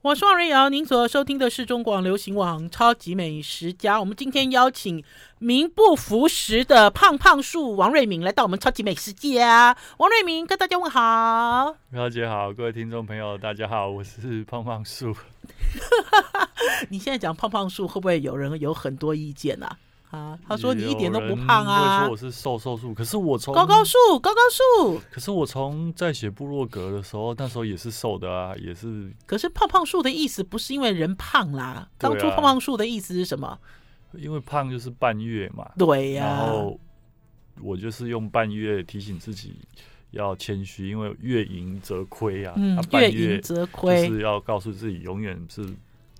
我是王瑞瑶，您所收听的是中广流行网《超级美食家》。我们今天邀请名不符实的胖胖树王瑞明来到我们《超级美食家》。王瑞明跟大家问好。高姐好，各位听众朋友大家好，我是胖胖树。你现在讲胖胖树，会不会有人有很多意见啊？啊，他他说你一点都不胖啊说我，是瘦瘦树，可是我从高高树，高高树。可是我从在写部落格的时候，那时候也是瘦的啊，也是可是胖胖树的意思不是因为人胖啦，对啊当初胖胖树的意思是什么？因为胖就是半月嘛，对哎呀、然后我就是用半月提醒自己要谦虚，因为月盈则亏啊，嗯啊，月半盈月则亏，就是要告诉自己永远是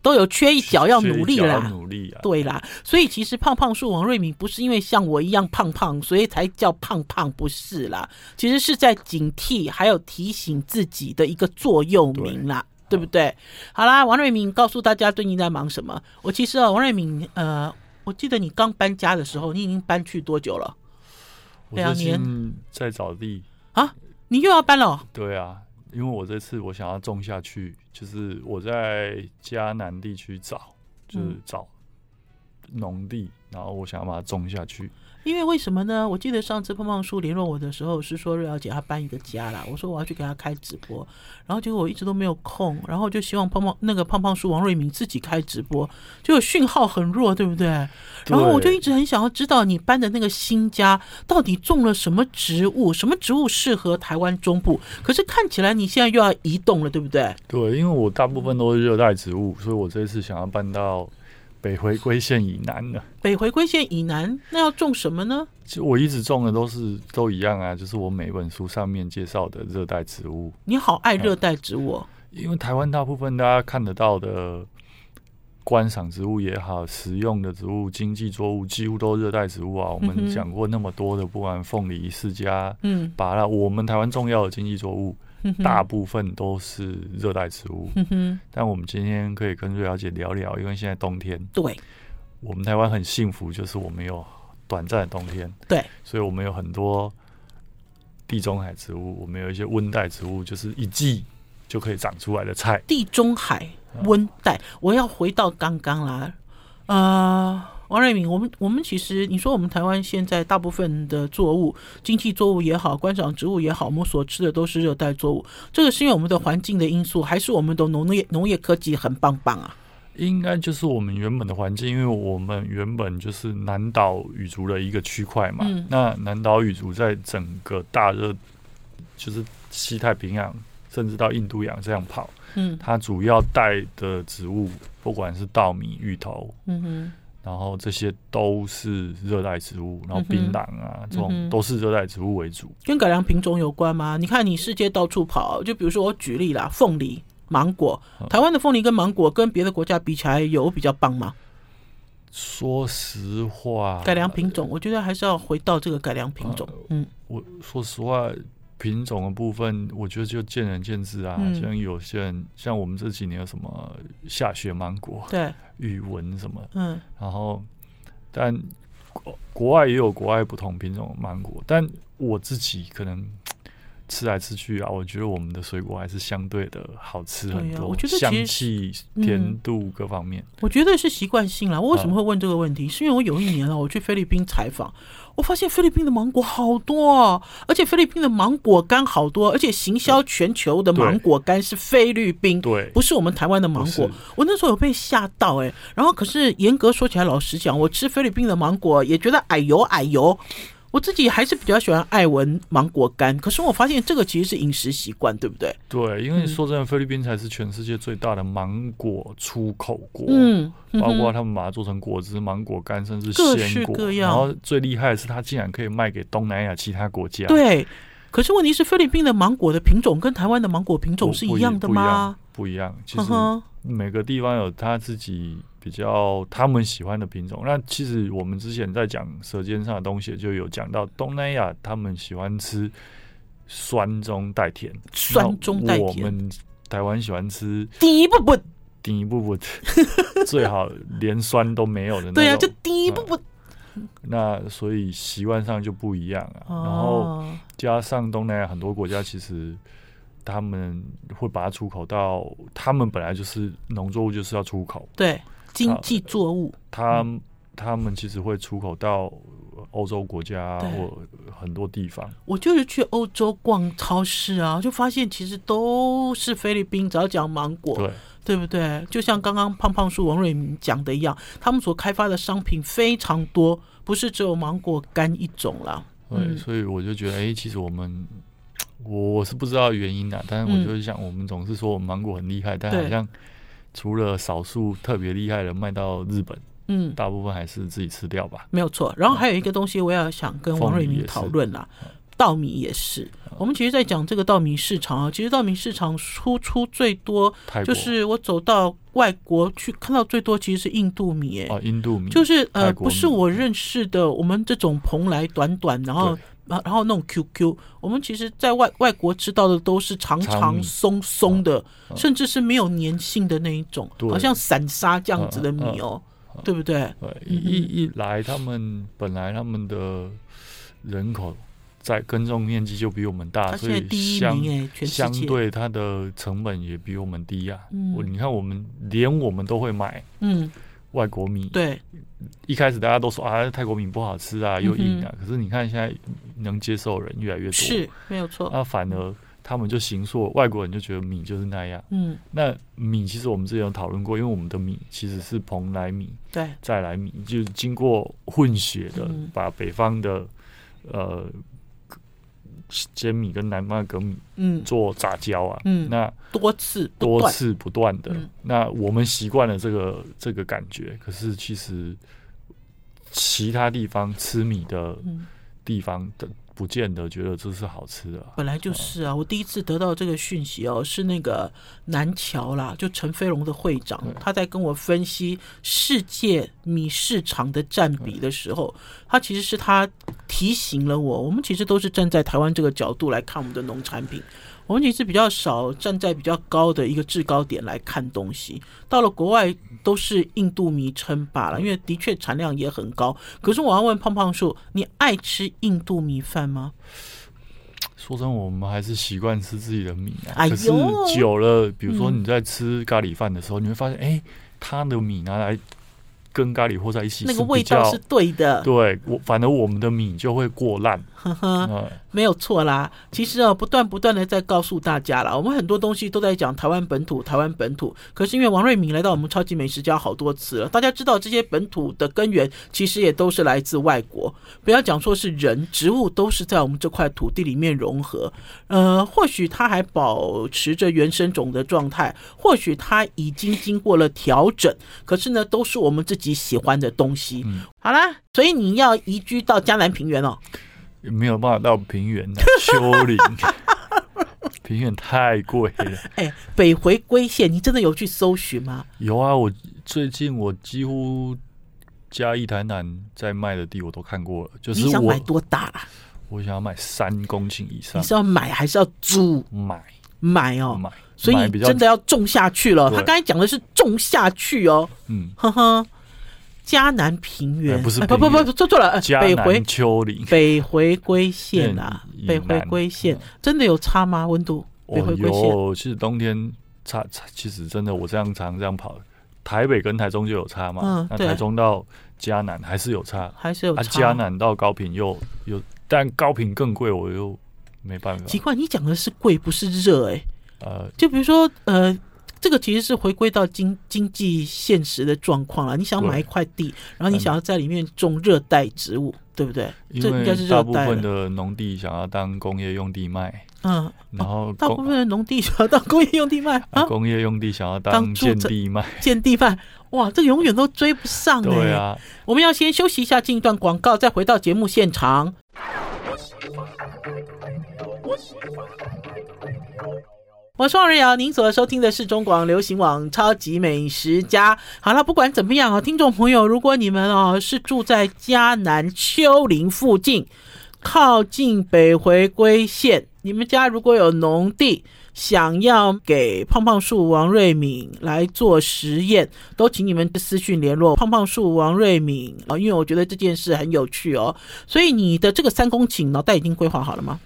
都有缺一角要努力缺一角啦要。努力啊，对啦，所以其实胖胖树王瑞敏不是因为像我一样胖胖，所以才叫胖胖，不是啦，其实是在警惕还有提醒自己的一个座右铭啦。对不对？好啦，王瑞敏告诉大家最近在忙什么。我其实啊，王瑞敏，呃，我记得你刚搬家的时候，你已经搬去多久了？我两最年近在找地，你又要搬了哦？对啊，因为我这次我想要种下去，就是我在迦南地区找，就是嗯找农地，然后我想要把它种下去。因为为什么呢？我记得上次胖胖叔联络我的时候是说瑞瑶姐她搬一个家啦，我说我要去给她开直播，然后结果我一直都没有空，然后就希望胖胖那个胖胖叔王瑞明自己开直播，结果讯号很弱，对不对？然后我就一直很想要知道你搬的那个新家到底种了什么植物，什么植物适合台湾中部？可是看起来你现在又要移动了，对不对？对，因为我大部分都是热带植物，所以我这次想要搬到北回归线以南的。北回归线以南，那要种什么呢？就我一直种的都是都一样啊，就是我每本书上面介绍的热带植物，你好爱热带植物、哦，因为台湾大部分大家看得到的观赏植物也好，食用的植物、经济作物几乎都热带植物啊。我嗯们哼讲过那么多的，不管凤梨、释迦、嗯，芭乐，我们台湾重要的经济作物哼哼大，部分都是热带植物。嗯哼，但我们今天可以跟瑞瑶姐聊聊，因为现在冬天，对。我们台湾很幸福，就是我们有短暂的冬天，对，所以我们有很多地中海植物，我们有一些温带植物，就是一季就可以长出来的菜。地中海温带，我要回到刚刚啦，呃，王瑞敏，我们我们其实你说我们台湾现在大部分的作物，经济作物也好，观赏植物也好，我们所吃的都是热带作物，这个是因为我们的环境的因素，还是我们的农业农业科技很棒棒啊？应该就是我们原本的环境，因为我们原本就是南岛语族的一个区块嘛。嗯那南岛语族在整个大热，就是西太平洋，甚至到印度洋这样跑，嗯它主要带的植物，不管是稻米、芋头，嗯哼然后这些都是热带植物，然后嗯哼槟榔啊、嗯这哼种都是热带植物为主。跟改良品种有关吗？你看你世界到处跑，就比如说我举例啦，凤梨、芒果，台湾的凤梨跟芒果跟别的国家比起来有比较棒吗？说实话，改良品种，我觉得还是要回到这个改良品种。嗯我说实话，品种的部分，我觉得就见仁见智啊。嗯像有些人，像我们这几年有什么下雪芒果、对，玉文什么，嗯然后但国国外也有国外不同品种的芒果，但我自己可能。吃来吃去啊，我觉得我们的水果还是相对的好吃很对啊多，我觉得其实香气、嗯甜度各方面。，我觉得是习惯性啦。我啊为什么会问这个问题？是因为我有一年啊，我去菲律宾采访，我发现菲律宾的芒果好多、哦，而且菲律宾的芒果干好多，而且行销全球的芒果干是菲律宾。对，不是我们台湾的芒果不是，我那时候有被吓到哎、然后可是严格说起来，老实讲，我吃菲律宾的芒果也觉得矮油矮油。我自己还是比较喜欢爱文芒果干，可是我发现这个其实是饮食习惯，对不对？对，因为嗯说真的，菲律宾才是全世界最大的芒果出口国。嗯，嗯包哼括他们把它做成果汁、芒果干，甚至各式鲜果。各样然后最厉害的是，它竟然可以卖给东南亚其他国家。对，可是问题是菲律宾的芒果的品种跟台湾的芒果品不，种是不一一样的吗？不一样，其呵实呵，每个地方有他自己比较他们喜欢的品种。那其实我们之前在讲《舌尖上的东西》就有讲到，东南亚他们喜欢吃酸中带甜，酸中带那我甜，们台湾喜欢吃第一步不，顶一步 步，最好连酸都没有的那种。对呀、啊就第一步不。那所以习惯上就不一样啊。然后哦，加上东南亚很多国家其实他们会把它出口到，他们本来就是农作物就是要出口，对，经济作物，他、嗯他们其实会出口到欧洲国家对或很多地方。我就是去欧洲逛超市啊，就发现其实都是菲律宾，只要讲芒果，对，对不对？就像刚刚胖胖叔王瑞明讲的一样，他们所开发的商品非常多，不是只有芒果干一种啦。对，嗯所以我就觉得，哎、其实我们我我是不知道原因的，啊但是我嗯就是想，我们总是说我们芒果很厉害，但对好像除了少数特别厉害的卖到日本，嗯，大部分还是自己吃掉吧。没有错。然后还有一个东西，我也想跟嗯王瑞明讨论啦，稻米也是。我们其实，在讲这个稻米市场啊，其实稻米市场输出最多，泰国就是我走到外国去看到最多，其实是印度米、欸，哦，印度米就是泰呃，国不是米我认识的，我们这种蓬莱短短，然后对啊然后那种 QQ，我们其实在外外国吃到的都是长长米长松松的，嗯甚至是没有粘性的那一种，对好像散沙这样子的米哦，嗯对不对？对，一嗯嗯一一来，他们本来他们的人口在耕种面积就比我们大，它啊所现在第以一相名哎，全世相界，对它的成本也比我们低啊。嗯我你看，我们连我们都会买嗯，外国米，对，嗯一开始大家都说啊，泰国米不好吃啊，又硬啊。可是你看现在能接受的人越来越多，啊是没有错，那反而他们就行说外国人就觉得米就是那样。嗯，那米其实我们之前有讨论过，因为我们的米其实是蓬莱米，对，再来米，就是经过混血的，嗯把北方的呃尖米跟南方的梗米嗯，做杂交啊，嗯那多次不多断，次不断的，嗯那我们习惯了这个这个感觉，可是其实其他地方吃米的嗯。地方的。不见得觉得这是好吃的啊、本来就是啊，我第一次得到这个讯息哦，是那个南侨啦，就陈飞龙的会长对，他在跟我分析世界米市场的占比的时候，他其实是他提醒了我，我们其实都是站在台湾这个角度来看我们的农产品。我们其实比较少站在比较高的一个制高点来看东西，到了国外都是印度米称霸了，因为的确产量也很高。可是我要问胖胖树，你爱吃印度米饭吗？说真的，我们还是习惯吃自己的米啊。哎呦可是久了，比如说嗯你在吃咖喱饭的时候，你会发现，哎、它的米拿来跟咖喱和在一起，那个味道是。对的，对我，反而我们的米就会过烂。呵呵，嗯没有错啦。其实啊，不断不断的在告诉大家啦，我们很多东西都在讲台湾本土，台湾本土。可是因为王瑞敏来到我们超级美食家好多次了，大家知道这些本土的根源其实也都是来自外国。不要讲说是人、植物，都是在我们这块土地里面融合。呃，或许它还保持着原生种的状态，或许它已经经过了调整，可是呢，都是我们自己喜欢的东西。嗯好啦，所以你要移居到江南平原哦。没有办法到平原、啊、丘陵， 平原太贵了。哎，北回归线，你真的有去搜寻吗？有啊，我最近我几乎嘉义、台南在卖的地我都看过了，就是你想我买多大啦？我想要买三公顷以你上，是要买还是要租？买买哦，啊买，所以买比你较真的要种下去了。对他刚才讲的是种下去哦，嗯，呵呵。迦南平原、哎不是哎不不平原不不，说错了，哎嘉北南回丘陵。北回归线啊嗯，北以回南归线嗯真的有差吗？温度？北哦回归线有，其实冬天差差，其实真的我这样常这样跑，台北跟台中就有差嘛。嗯那对台中到嘉南还是有差，还是有啊，差？嘉南到高屏又有，但高屏更贵，我又没办奇法。怪，你讲的是贵不是热哎、呃，就比如说，呃，这个其实是回归到经经济现实的状况了。你想买一块地，然后你想要在里面种热带植物，对不对？因这应该是为热大部带分了。的农地想要当工业用地卖，嗯，然后大部工、分的农地想 要当工业用地卖啊啊，工业用地想要当当住建宅地卖，建地卖，哇，这个永远都追不上哎、对啊，我们要先休息一下，进一段广告，再回到节目现场。我是王瑞瑶，您所收听的是中广流行网《超级美食家》。好了，不管怎么样哦，听众朋友，如果你们哦是住在嘉南丘陵附近，靠近北回归线，你们家如果有农地，想要给胖胖树王瑞敏来做实验，都请你们私讯联络胖胖树王瑞敏啊、因为我觉得这件事很有趣哦。所以你的这个三公顷脑袋已经规划好了吗？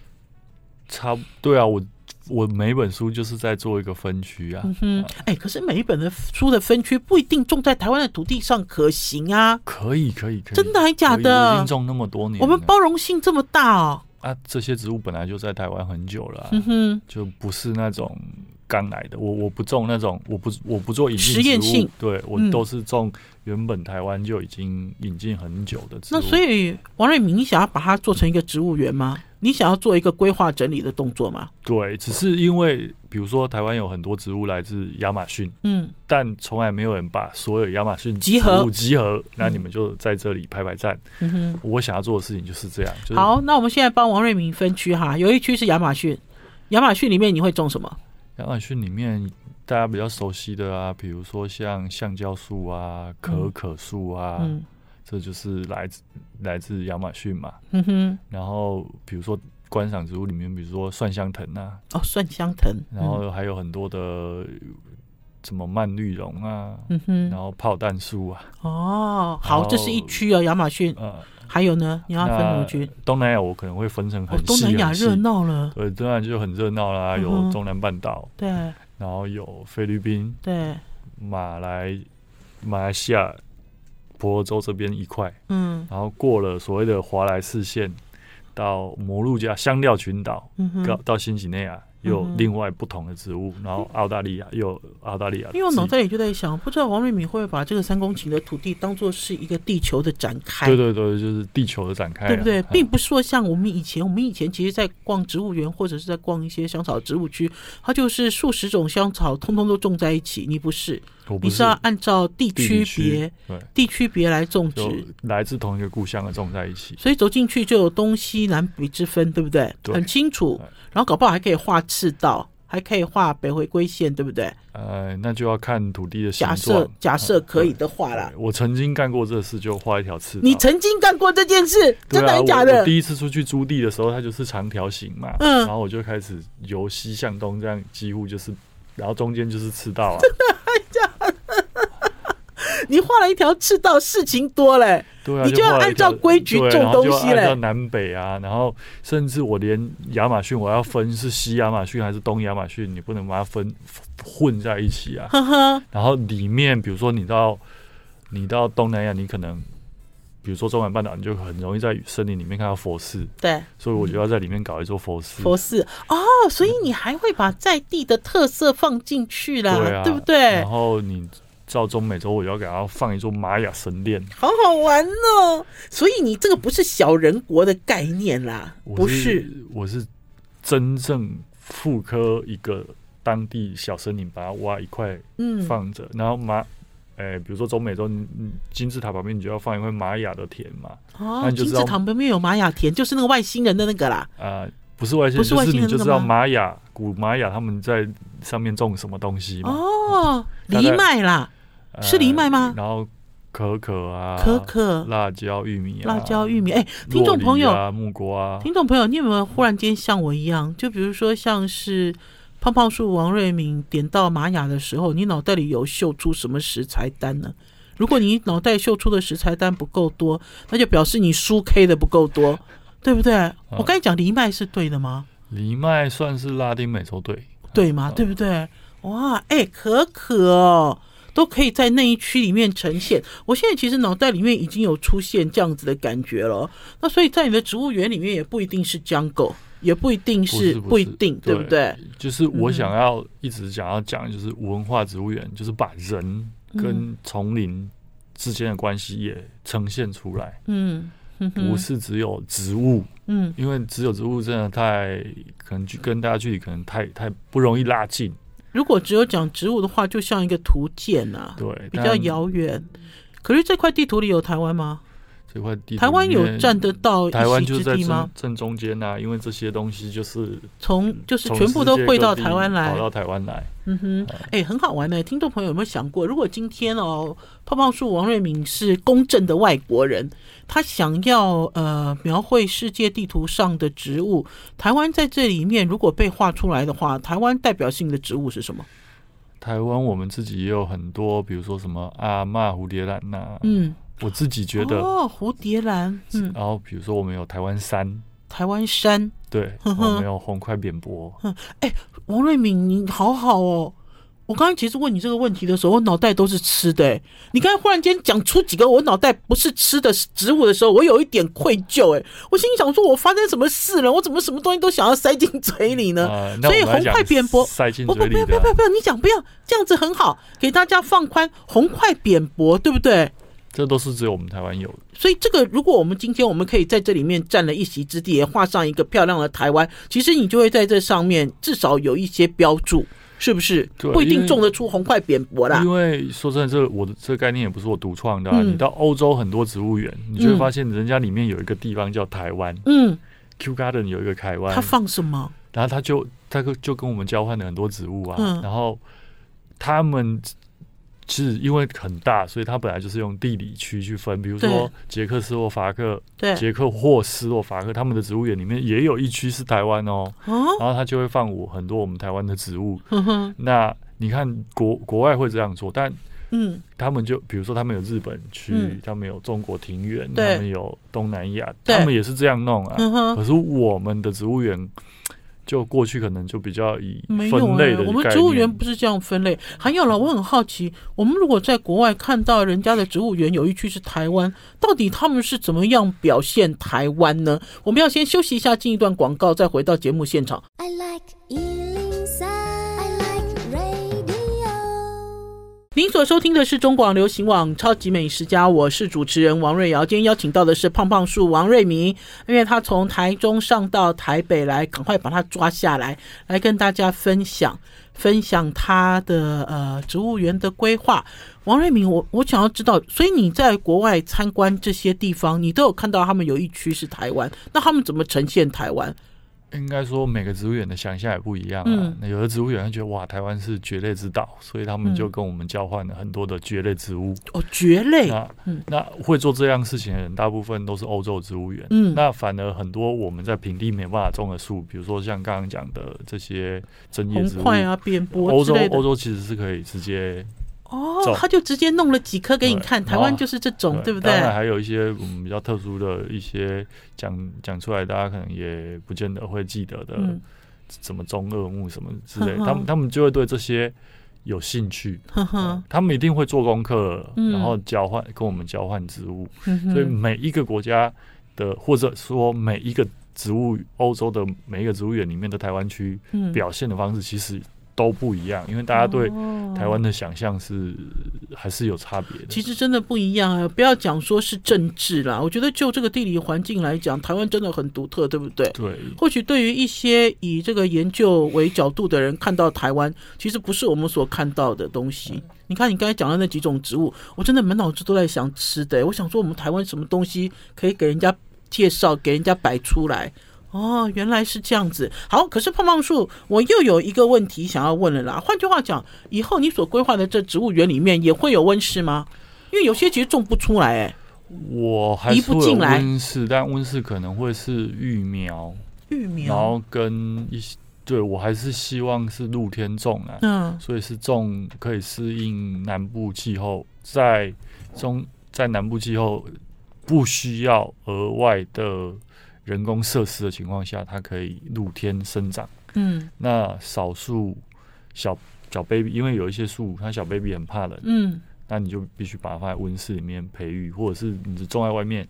差不对啊，我我每本书就是在做一个分区啊，嗯，哎、可是每一本的书的分区不一定种在台湾的土地上可行啊，可以可以可以，真的还假可以我已经的？种那么多年了，我们包容性这么大哦，啊，这些植物本来就在台湾很久了啊、嗯哼，就不是那种刚来的。我我不种那种，我不我不做引进实验植物性，对我嗯都是种原本台湾就已经引进很久的植物。那所以王瑞明，你想要把它做成一个植物园吗？你想要做一个规划整理的动作吗？对，只是因为比如说台湾有很多植物来自亚马逊，嗯，但从来没有人把所有亚马逊集植合物集合，那你们就在这里排排站。嗯哼。我想要做的事情就是这样，就是好，那我们现在帮王瑞明分区哈，有一区是亚马逊，亚马逊里面你会种什么？亚马逊里面大家比较熟悉的啊，比如说像橡胶树啊、可可树啊，嗯这就是来自来自亚马逊嘛。哼嗯哼，然后比如说观赏植物里面，比如说蒜香藤啊，哦，蒜香藤，然后还有很多的呃什么蔓绿绒啊，嗯嗯然哼，后炮弹树啊，哦，好，然后这是一区哦，亚马逊，呃，还有呢，你要分什么区？东南亚我可能会分成哦很，细东南亚很细热闹了，对，东南亚就很热闹啦，嗯哼有中南半岛，对然后有菲律宾、对，马来、马来西亚、婆罗洲这边一块，嗯然后过了所谓的华莱士线，到摩鹿加香料群岛，嗯到哼，到新几内亚又有嗯哼另外不同的植物，然后澳大利亚又有澳大利亚的自己，因为我脑袋里就在想，不知道王瑞敏会不会把这个三公顷的土地当做是一个地球的展开，对对对，就是地球的展开啊、对不对？嗯并不是说像我们以前，我们以前其实，在逛植物园或者是在逛一些香草植物区，它就是数十种香草通通都种在一起。你不是，我不你是要按照地地区理别、对，地区别来种就植。来自同一个故乡的种在一起。所以走进去就有东西南北之分，对不对？对很清楚对。然后搞不好还可以画赤道，还可以画北回归线，对不对？呃，那就要看土地的形假状嗯设。假设可以的话啦对，我曾经干过这事，就画一条赤道。你曾经干过这件事，对真的还啊、假我的我？第一次出去租地的时候，它就是长条形嘛，嗯然后我就开始由西向东，这样几乎就是，然后中间就是赤道啊，你画了一条赤道，事情多嘞、 对啊，你就要画了一按照条规矩对种然后就东西按嘞照南北啊，然后甚至我连亚马逊我要分是西亚马逊还是东亚马逊，你不能把它分混在一起啊。呵呵，然后里面，比如说你到你到东南亚，你可能比如说中南半岛，你就很容易在森林里面看到佛寺，对。所以我就要在里面搞一座佛寺。佛寺哦，所以你还会把在地的特色放进去啦，对啊，不对然？后你照中美洲，我要给它放一座玛雅神殿，好好玩哦！所以你这个不是小人国的概念啦，不我是我是真正复刻一个当地小森林，把它挖一块嗯，放着，然后玛。哎，比如说中美洲，你你金字塔旁边你就要放一块玛雅的田嘛，哦那，你就金知字道塔旁边有玛雅田，就是那个外星人的那个啦。啊、不是外星不人，是就外是星人你就那知个道吗玛雅古玛雅他们在上面种什么东西嘛，哦，大藜概麦啦，呃是藜麦吗然后可可啊，可、可、辣椒、玉米、啊、辣椒、玉米。哎，洛听众梨朋友，啊、木瓜、啊，听众朋友，你有没有忽然间像我一样？就比如说，像是胖胖树王瑞敏点到玛雅的时候，你脑袋里有秀出什么食材单呢？如果你脑袋秀出的食材单不够多，那就表示你书 K 的不够多，对不对？啊我刚才讲藜麦是对的吗？藜麦算是拉丁美洲对，对吗？嗯对不对？哇，哎、可可哦，都可以在那一区里面呈现。我现在其实脑袋里面已经有出现这样子的感觉了。那所以在你的植物园里面也不一定是 jungle，也不一定不是是不不一是定，对不对？？就是我嗯想要一直想要讲，就是文化植物园，就是把人嗯跟丛林之间的关系也呈现出来，嗯，嗯哼不是只有植物。嗯因为只有植物真的太可能距跟大家距离可能太太不容易拉近，如果只有讲植物的话，就像一个图鉴啊，对，比较但遥远。可是这块地图里有台湾吗？这块地图台湾里有面占得到台湾一就席在之地吗正？正中间呐、因为这些东西就是从就是从全部都世界汇各到地台湾来跑，到台湾来。嗯哼，哎、很好玩呢、听众朋友有没有想过，如果今天哦，泡泡树王瑞敏是公正的外国人，他想要呃描绘世界地图上的植物，台湾在这里面如果被画出来的话，台湾代表性的植物是什么？台湾我们自己也有很多，比如说什么阿嬷蝴蝶兰呐、嗯，我自己觉得，哦哦，蝴蝶兰，嗯，然后比如说我们有台湾山，台湾山， 对，我们要红快扁薄，王瑞敏，你好好哦。我刚刚其实问你这个问题的时候，我脑袋都是吃的、欸。你刚才忽然间讲出几个我脑袋不是吃的植物的时候，我有一点愧疚、欸。哎，我心里想说，我发生什么事了？我怎么什么东西都想要塞进嘴里呢？啊，那所以我们来红讲快扁薄塞进不不嘴不要里不要的不，要不要！你讲不要这样子很好，给大家放宽，红快扁薄，对不对？这都是只有我们台湾有的。所以这个，如果我们今天我们可以在这里面占了一席之地，也画上一个漂亮的台湾，其实你就会在这上面至少有一些标注，是不是？对不一因定为种得出红快扁薄啦因。为说真的，这我的这个概念也不是我独创的、啊。嗯你到欧洲很多植物园，你就会嗯发现人家里面有一个地方叫台湾、嗯， q Garden 有一个台湾他，放什么？然后他就他就就跟我们交换了很多植物啊。嗯然后他们是因为很大，所以他本来就是用地理区去分，比如对说捷克斯洛伐克、对，捷克或斯洛伐克，他们的植物园里面也有一区是台湾哦。哦，然后他就会放我很多我们台湾的植物。哼哼，那你看国国外会这样做，但嗯，他们就比如说他们有日本区，嗯他们有中国庭园，他对们有东南亚，对嗯他们也是这样弄啊。哼哼。可是我们的植物园，就过去可能就比较以没有分哎、类的概念，我们植物园不是这样分类。还有了，我很好奇，我们如果在国外看到人家的植物园有一区是台湾，到底他们是怎么样表现台湾呢？我们要先休息一下，进一段广告，再回到节目现场。 I like Ealing Sound. I like radio. 您所收听的是中广流行网《超级美食家》，我是主持人王瑞瑶。今天邀请到的是胖胖树王瑞明，因为他从台中上到台北来，赶快把他抓下来，来跟大家分享分享他的呃植物园的规划。王瑞明，我我想要知道，所以你在国外参观这些地方，你都有看到他们有一区是台湾，那他们怎么呈现台湾？应该说每个植物园的想象也不一样啊。嗯那有的植物园他觉得哇，台湾是蕨类之岛，所以他嗯们就跟我们交换了很多的蕨类植物。哦，蕨类，那、嗯那会做这样事情的人，大部分都是欧洲植物园。嗯那反而很多我们在平地没有办法种的树，比如说像刚刚讲的这些针叶红植物，块啊，扁柏欧之洲类的欧。洲其实是可以直接哦走，他就直接弄了几颗给你对看，然台湾后就是这种，对不当然对？还有一些我们比较特殊的一些讲讲出来，大家可能也不见得会记得的，嗯什么中二木什么之类，哼哼他们他们就会对这些有兴趣。呵呵嗯，他们一定会做功课，嗯然后交换跟我们交换植物，嗯哼所以每一个国家的或者说每一个植物，欧洲的每一个植物园里面的台湾区嗯表现的方式其实都不一样，因为大家对哦台湾的想象是还是有差别的。其实真的不一样啊！不要讲说是政治啦，我觉得就这个地理环境来讲，台湾真的很独特，对不对？对，或许对于一些以这个研究为角度的人，看到台湾其实不是我们所看到的东西。你看你刚才讲的那几种植物，我真的满脑子都在想吃的、欸我想说，我们台湾什么东西可以给人家介绍，给人家摆出来？哦，原来是这样子。好，可是胖胖树，我又有一个问题想要问了啦。换句话讲，以后你所规划的这植物园里面也会有温室吗？因为有些其实种不出来、哎，我还移是不会有进来温室，但温室可能会是育苗，育然苗，后跟一些对我还是希望是露天种啊，嗯所以是种可以适应南部气候，在中在南部气候不需要额外的人工设施的情况下，它可以露天生长。嗯那少数小小 baby，因为有一些树，它小 baby 很怕冷，嗯，那你就必须把它放在温室里面培育，或者是你种在外面，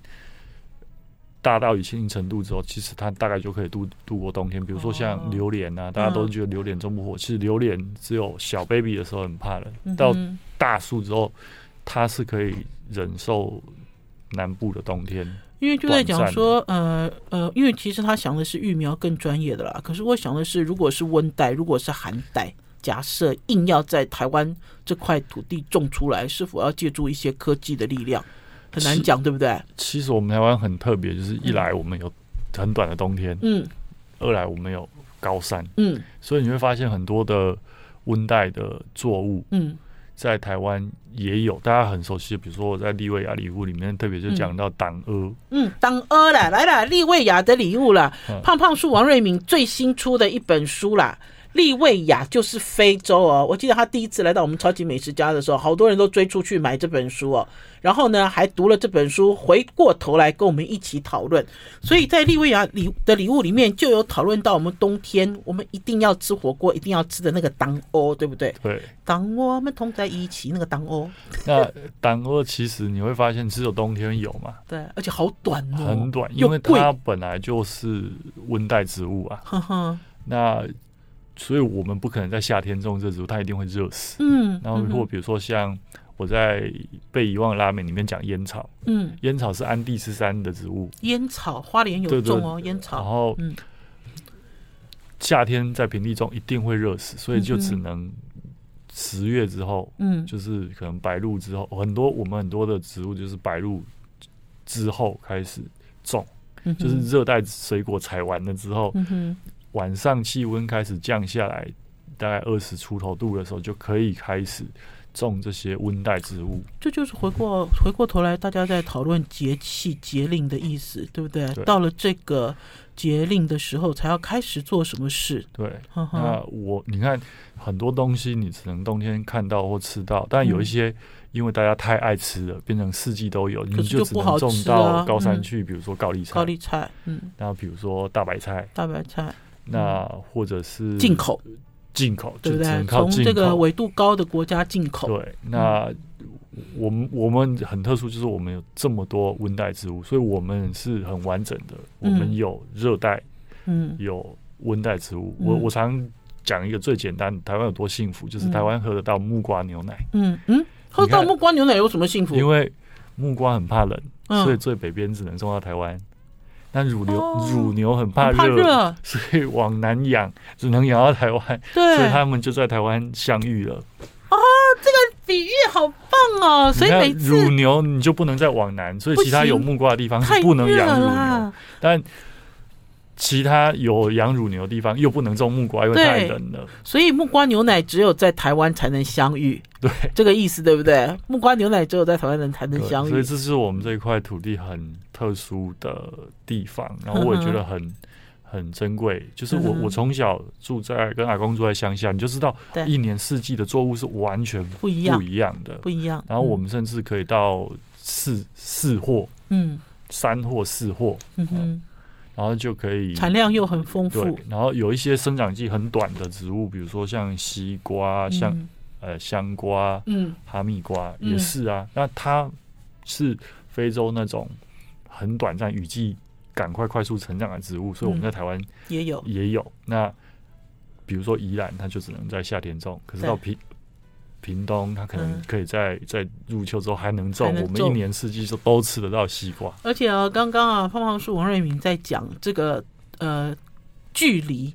大到一定程度之后，其实它大概就可以度度过冬天。比如说哦嗯像榴莲啊，大家都觉得榴莲种不活，其实榴莲只有小 baby 的时候很怕冷，嗯到哼大树之后，它是可以忍受南部的冬天。因为就在短讲暂说，呃呃，因为其实他想的是育苗更专业的啦，可是我想的是，如果是温带，如果是寒带，假设硬要在台湾这块土地种出来，是否要借助一些科技的力量？很难是讲，对不对？其实我们台湾很特别，就是一来我们有很短的冬天，嗯二来我们有高山，嗯所以你会发现很多的温带的作物，嗯在台湾也有，大家很熟悉，比如说我在立位亚里夫里面，特别就讲到党阿，嗯，当阿啦，来啦，利维亚的礼物啦，嗯胖胖树王瑞敏最新出的一本书啦。利维亚就是非洲哦。我记得他第一次来到我们超级美食家的时候，好多人都追出去买这本书哦。然后呢，还读了这本书，回过头来跟我们一起讨论。所以在利维亚礼的礼物里面，就有讨论到我们冬天我们一定要吃火锅，一定要吃的那个当欧，对不对？ 对，当欧，我们同在一起那个当欧，那党二其实你会发现只有冬天有嘛，对，而且好短哦，很短，因又为贵，它本来就是温带植物啊。呵呵，那所以我们不可能在夏天种这植物，它一定会热死。嗯，然后嗯哼或比如说像我在《被遗忘的拉面》里面讲烟草，嗯，烟草是安第斯山的植物，烟草，花莲有对对种哦，烟然草，后嗯夏天在平地种一定会热死，所以就只嗯哼能十月之后，嗯，就是可能白露之后，很多我们很多的植物就是白露之后开始种，嗯哼就是，热带水果采完了之后，嗯哼，晚上气温开始降下来，大概二十出头度的时候，就可以开始种这些温带植物。这就是回过回过头来，大家在讨论节气节令的意思，对不对？对到了这个节令的时候，才要开始做什么事，对，呵呵，那我你看很多东西你只能冬天看到或吃到，但有一嗯些因为大家太爱吃了，变成四季都有，可你是就只不能好种吃啊到高山嗯去，比如说高丽菜高，丽菜，嗯，那比如说大白菜，大白菜那或者是嗯进口，进口，对就不只对？能靠从进这个口。纬度高的国家进口，嗯对，那我们我们很特殊，就是我们有这么多温带植物，所以我们是很完整的。我们嗯有热带，嗯有温带植物。我嗯我常讲一个最简单，台湾有多幸福，就是嗯台湾喝得到木瓜牛奶，嗯嗯，喝到你看木瓜牛奶有什么幸福？因为木瓜很怕冷，嗯所以最北边只能送到台湾。那乳牛哦乳牛很怕很怕热，热，所以往南养只能养到台湾，对，啊所以他们就在台湾相遇了。比喻好棒哦！所你以看每乳次牛你就不能再往南，所以不其他有行木瓜的地方太是不能热养乳牛，啦，但其他有养乳牛的地方又不能种木瓜，因为对太冷了。所以木瓜牛奶只有在台湾才能相遇，对，这个意思对不对？木瓜牛奶只有在台湾人才能对相所以遇。这是我们这一块土地很特殊的地方，然后我也觉得很。很珍贵，就是我、嗯哼我从小住在跟阿公住在乡下，你就知道对一年四季的作物是完全不一样不，一样的。不一样。然后我们甚至可以到四四货、嗯三货、四货，嗯嗯然后就可啊哼，以产量又很丰对富，，然后有一些生长季很短的植物，比如说像西瓜、像、嗯呃香瓜、嗯哈密瓜嗯也是啊。那它是非洲那种很短暂雨季赶快快速成长的植物，所以我们嗯在台湾也有也有。那比如说宜兰，它就只能在夏天种，可是对到屏屏东，它可能嗯可以在在入秋之后还能种。还能我们一种年四季就都吃得到西瓜。而且啊，刚刚啊，胖胖叔王瑞敏在讲这个呃距离。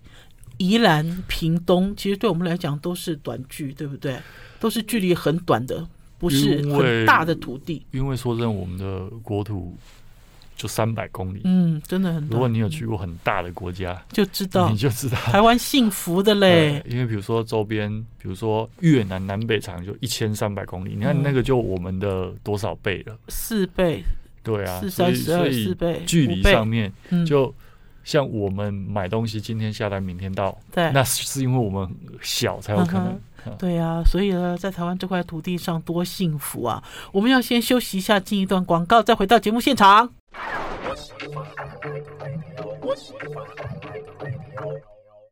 宜兰、屏东，其实对我们来讲都是短距，对不对？都是距离很短的，不是因为很大的土地。因为说真的，我们的国土就三百公里，嗯，真的很短。如果你有去过很大的国家，就知道你就知道。台湾幸福的嘞对，，因为比如说周边，比如说越南南北长就一千三百公里，你看嗯那个就我们的多少倍了？四倍、对啊，四所以三十所二、四以倍，距五离倍上面嗯就像我们买东西，今天下单，明天到，对那是因为我们小才有可能嗯。对啊，所以呢，在台湾这块土地上多幸福啊！我们要先休息一下，进一段广告，再回到节目现场。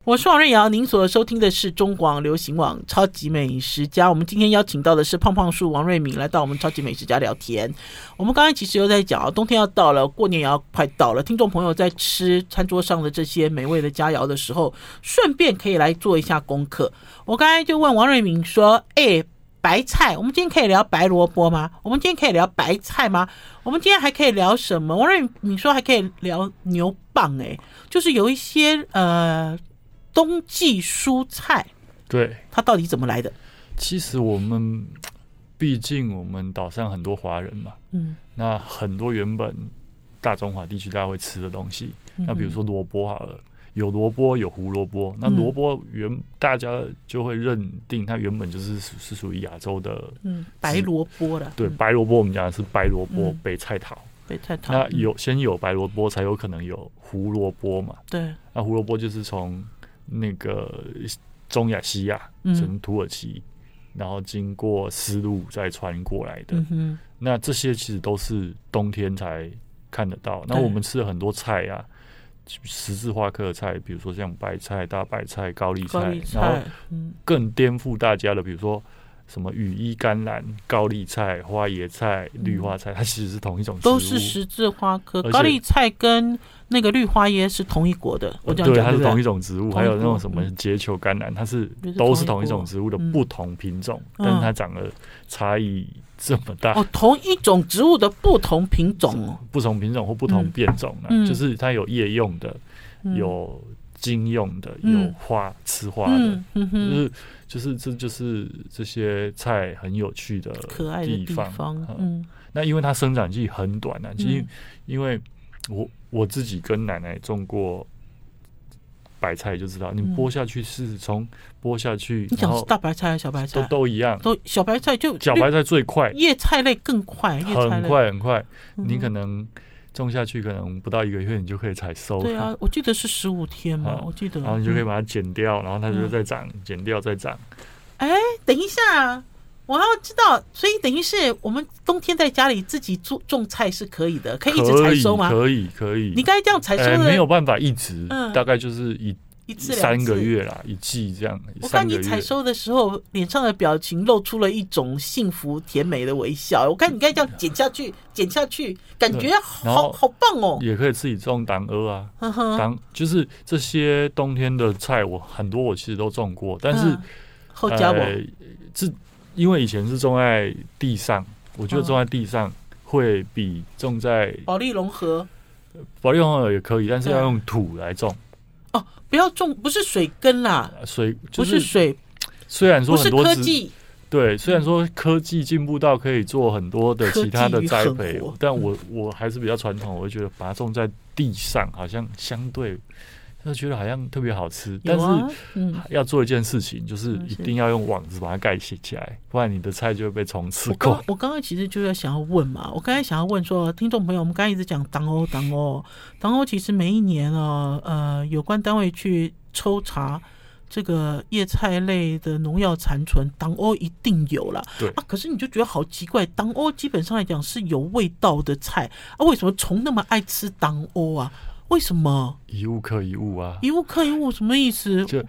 我是王瑞瑶，您所收听的是中广流行网《超级美食家》。我们今天邀请到的是胖胖树王瑞敏来到我们《超级美食家》聊天。我们刚才其实有在讲啊，冬天要到了，过年也要快到了，听众朋友在吃餐桌上的这些美味的佳肴的时候，顺便可以来做一下功课。我刚才就问王瑞敏说：“哎、白菜，我们今天可以聊白萝卜吗？我们今天可以聊白菜吗？我们今天还可以聊什么？”王瑞敏说还可以聊牛蒡，哎，就是有一些呃冬季蔬菜，对，它到底怎么来的？其实我们毕竟我们岛上很多华人嘛，嗯，那很多原本大中华地区大家会吃的东西，嗯那比如说萝卜好了，有萝卜有胡萝卜，那嗯萝卜原大家就会认定它原本就是属是属于亚洲的，嗯，白萝卜了，对嗯白萝卜我们讲的是白萝卜嗯北菜桃，白菜汤，那嗯有先有白萝卜才有可能有胡萝卜嘛，对，那胡萝卜就是从那个中亚、西亚，嗯从土耳其，然后经过丝路再穿过来的。嗯哼，那这些其实都是冬天才看得到。那对我们吃了很多菜啊，十字花科的菜，比如说像白菜、大白菜、高丽高菜丽，然后菜，嗯，更颠覆大家的，比如说什么羽衣甘蓝、高丽菜、花椰菜、绿花菜，它其实是同一种嗯植物，都是十字花科。而且高丽菜跟那个绿花椰是同一国的，我这样对，讲它是不同一对？种植物，同一还有那种国什么嗯结球甘蓝，它是也是都是同同一一种国植物的嗯不同品种，但是它长得差异这么 大，哦，同一种植物的不同品种哦，不同品种或不同嗯变种呢、嗯就是它有夜用的，嗯有茎用的，嗯有花吃花的嗯，嗯就哼，是就是这就是这些菜很有趣的可爱的地地方。方嗯，嗯那因为它生长期很短啊，其实嗯因为我我自己跟奶奶种过白菜就知道，你嗯剥下去是从剥下去，你然讲是后大白菜还是小白都菜？都 一样，都小白菜就小白菜最快，叶菜类更快，叶菜很类，快很快，嗯你可能种下去可能不到一个月，你就可以采收对它啊。，我记得是十五天嘛啊，我记得。然后你就可以嗯把它剪掉，然后它就嗯再长，剪掉再长。等一下，我要知道，所以等于是我们冬天在家里自己种种菜是可以的，可以一直采收吗？可以，可以。你刚才这样采收哎，的、没有办法一直，嗯大概就是一一次三两个次。月啦，一季这样。我三看个你月。采收的时候，脸上的表情露出了一种幸福甜美的微笑。我看你刚才这样剪下去，剪下去，感觉然后好好棒哦。也可以自己种党鹅啊，呵呵，党就是这些冬天的菜，我很多我其实都种过，但是嗯后加我，呃是因为以前是种在地上，我觉得嗯种在地上会比种在保利融合保利红耳也可以，但是对要用土来种，哦，不要种，不是水根啦，呃所以就不是是水，虽然说不是很多科植技，对，虽然说科技进步到可以做很多的嗯科其他的技与栽狠培活，嗯但我我还是比较传统，我会觉得把它种在地上，好像相对就觉得好像特别好吃，但有啊是。嗯，要做一件事情，就是嗯一是定要用网子把它盖起起来，不然你的菜就会被虫吃我光刚。我刚刚其实就是想要问嘛，我刚才想要问说，听众朋友，我们刚才一直讲党欧党欧党欧，其实每一年哦，呃，有关单位去抽查这个叶菜类的农药残存，党欧一定有啦。对啊，可是你就觉得好奇怪，党欧基本上来讲是有味道的菜啊，为什么虫那么爱吃党欧啊？为什么一物克一物啊，一物克一物什么意思？就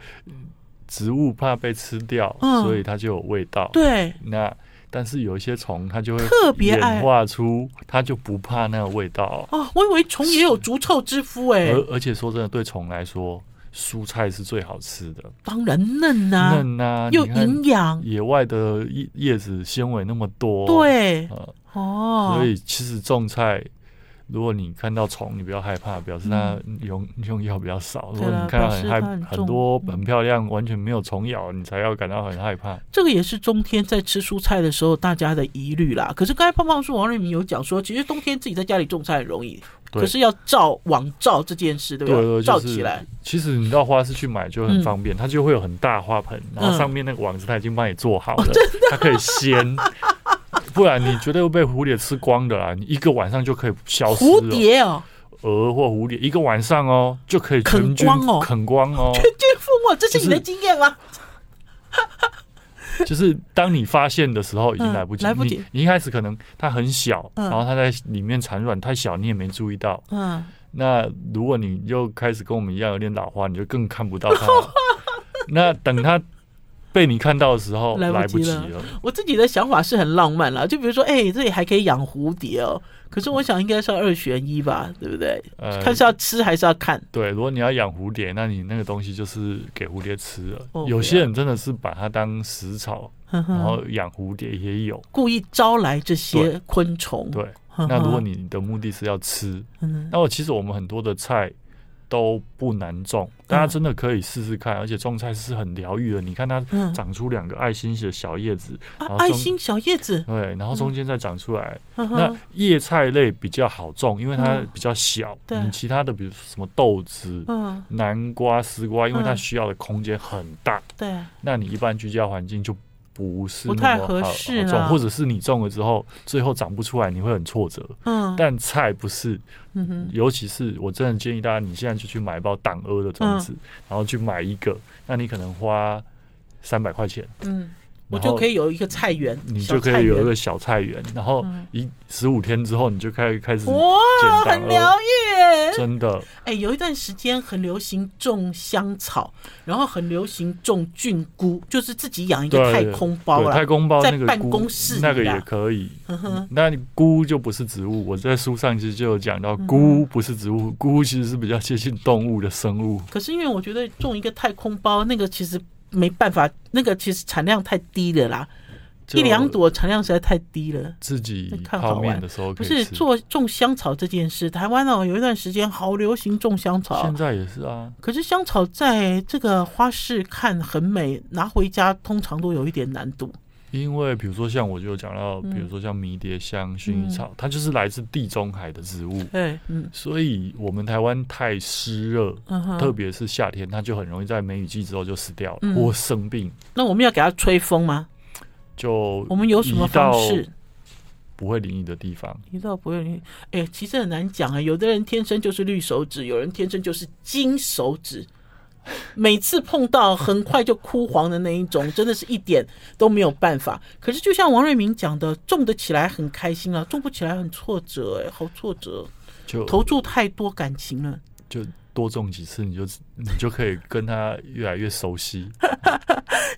植物怕被吃掉，嗯所以它就有味道。对，那但是有一些虫，它就会特别爱演化出，它就不怕那个味道。啊，我以为虫也有逐臭之夫哎、而而且说真的，对虫来说，蔬菜是最好吃的，当然嫩呐、嫩啊，又你看营养。野外的叶叶子纤维那么多，，对，呃，哦，所以其实种菜。如果你看到虫，你不要害怕，表示它用 用药比较少。如嗯对啦果你看到表很示害它很很重多嗯很漂亮，完全没有虫咬，你才要感到很害怕。这个也是冬天在吃蔬菜的时候大家的疑虑啦。可是刚才胖胖说王瑞明有讲说，其实冬天自己在家里种菜很容易，对可是要照网照这件事，对不对对，照就是起来，其实你到花市去买就很方便，它就会有很大花盆，然嗯后上面那个网子它已经帮你做好哦了，它可以 掀。不然你绝对会被蝴蝶吃光的啦！你一个晚上就可以消失蝴了，蝶哦，蛾或蝴蝶一个晚上哦就可以全啃军光哦啃 光哦。全军覆没，这是你的经验啊吗？就是当你发现的时候已经嗯来不及，来不及你。你一开始可能它很小，嗯然后它在里面产卵太小，你也没注意到。嗯，那如果你又开始跟我们一样有点老花，你就更看不到它 了。那等它被你看到的时候，来不来不及及了了。我自己的想法是很浪漫啦，就比如说，哎、这里还可以养蝴蝶哦。可是我想应该是要二选一吧，对不对？呃看是要吃还是要看？对，如果你要养蝴蝶，那你那个东西就是给蝴蝶吃了。哦嗯有对啊些人真的是把它当食草，哼然哼，后养蝴蝶也有。故意招来这些昆虫。对，哼哼，那如果你的目的是要吃，嗯那我其实我们很多的菜都不难种，嗯大家真的可以试试看，而且种菜是很疗愈的。你看它嗯长出两个爱心的小叶子，然啊，后爱中心小叶子，对，然后中间再长出来。呵呵那叶菜类比较好种，因为它嗯比较小。对你其他的，比如说什么豆子、嗯，南瓜、丝瓜，因为它嗯需要的空间很大，对，那你一般居家环境就不是不那太么合好好适啊种啦或者是你种了之后，最后长不出来，你会很挫折。嗯，但菜不是，嗯哼，尤其是我真的建议大家，你现在就去买一包党鹅的种嗯子，然后去买一个，那你可能花三百块钱，嗯，我然就后可以有一个菜园，你小就可菜以有一园个小菜园，然后嗯一十五天之后，你就开始开始哇，简单哦很疗愈。真的哎、有一段时间很流行种香草，然后很流行种菌菇，就是自己养一个对啊太空包对啦。嗯太空包在那个办菇公室那里个也啦可以。呵呵，那你菇就不是植物，我在书上其实就有讲嗯到，菇不是植物，菇其实是比较接近动物的生物。可是因为我觉得种一个太空包，那个其实没办法，那个其实产量太低了啦，就一两朵产量实在太低了。自己那看好泡面玩的时候不可以是吃做种香草这件事，台湾哦有一段时间好流行种香草现，在也是啊，可是香草在这个花市看很美，拿回家通常都有一点难度。因为比如说像我就有讲到，嗯比如说像迷迭香、薰衣草，它就是来自地中海的植物，对，嗯所以我们台湾太湿热。嗯哼，特别是夏天，它就很容易在梅雨季之后就死掉了，嗯或生病，那我们要给它吹风吗？就我们有什么方移式到？不会淋雨的地方。一到不用，哎、其实很难讲啊、有的人天生就是绿手指，有人天生就是金手指， 每次碰到很快就枯黄的那一种，真的是一点都没有办法。可是就像王瑞明讲的，种得起来很开心啊，种不起来很挫折、哎，好挫折，就投注太多感情了。就多种几次，你就你就可以跟它越来越熟悉。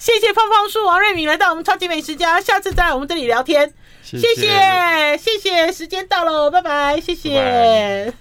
谢谢胖胖树王瑞明来到我们超级美食家，下次再来我们这里聊天。 谢谢谢，谢谢，时间到喽，拜拜，谢谢。拜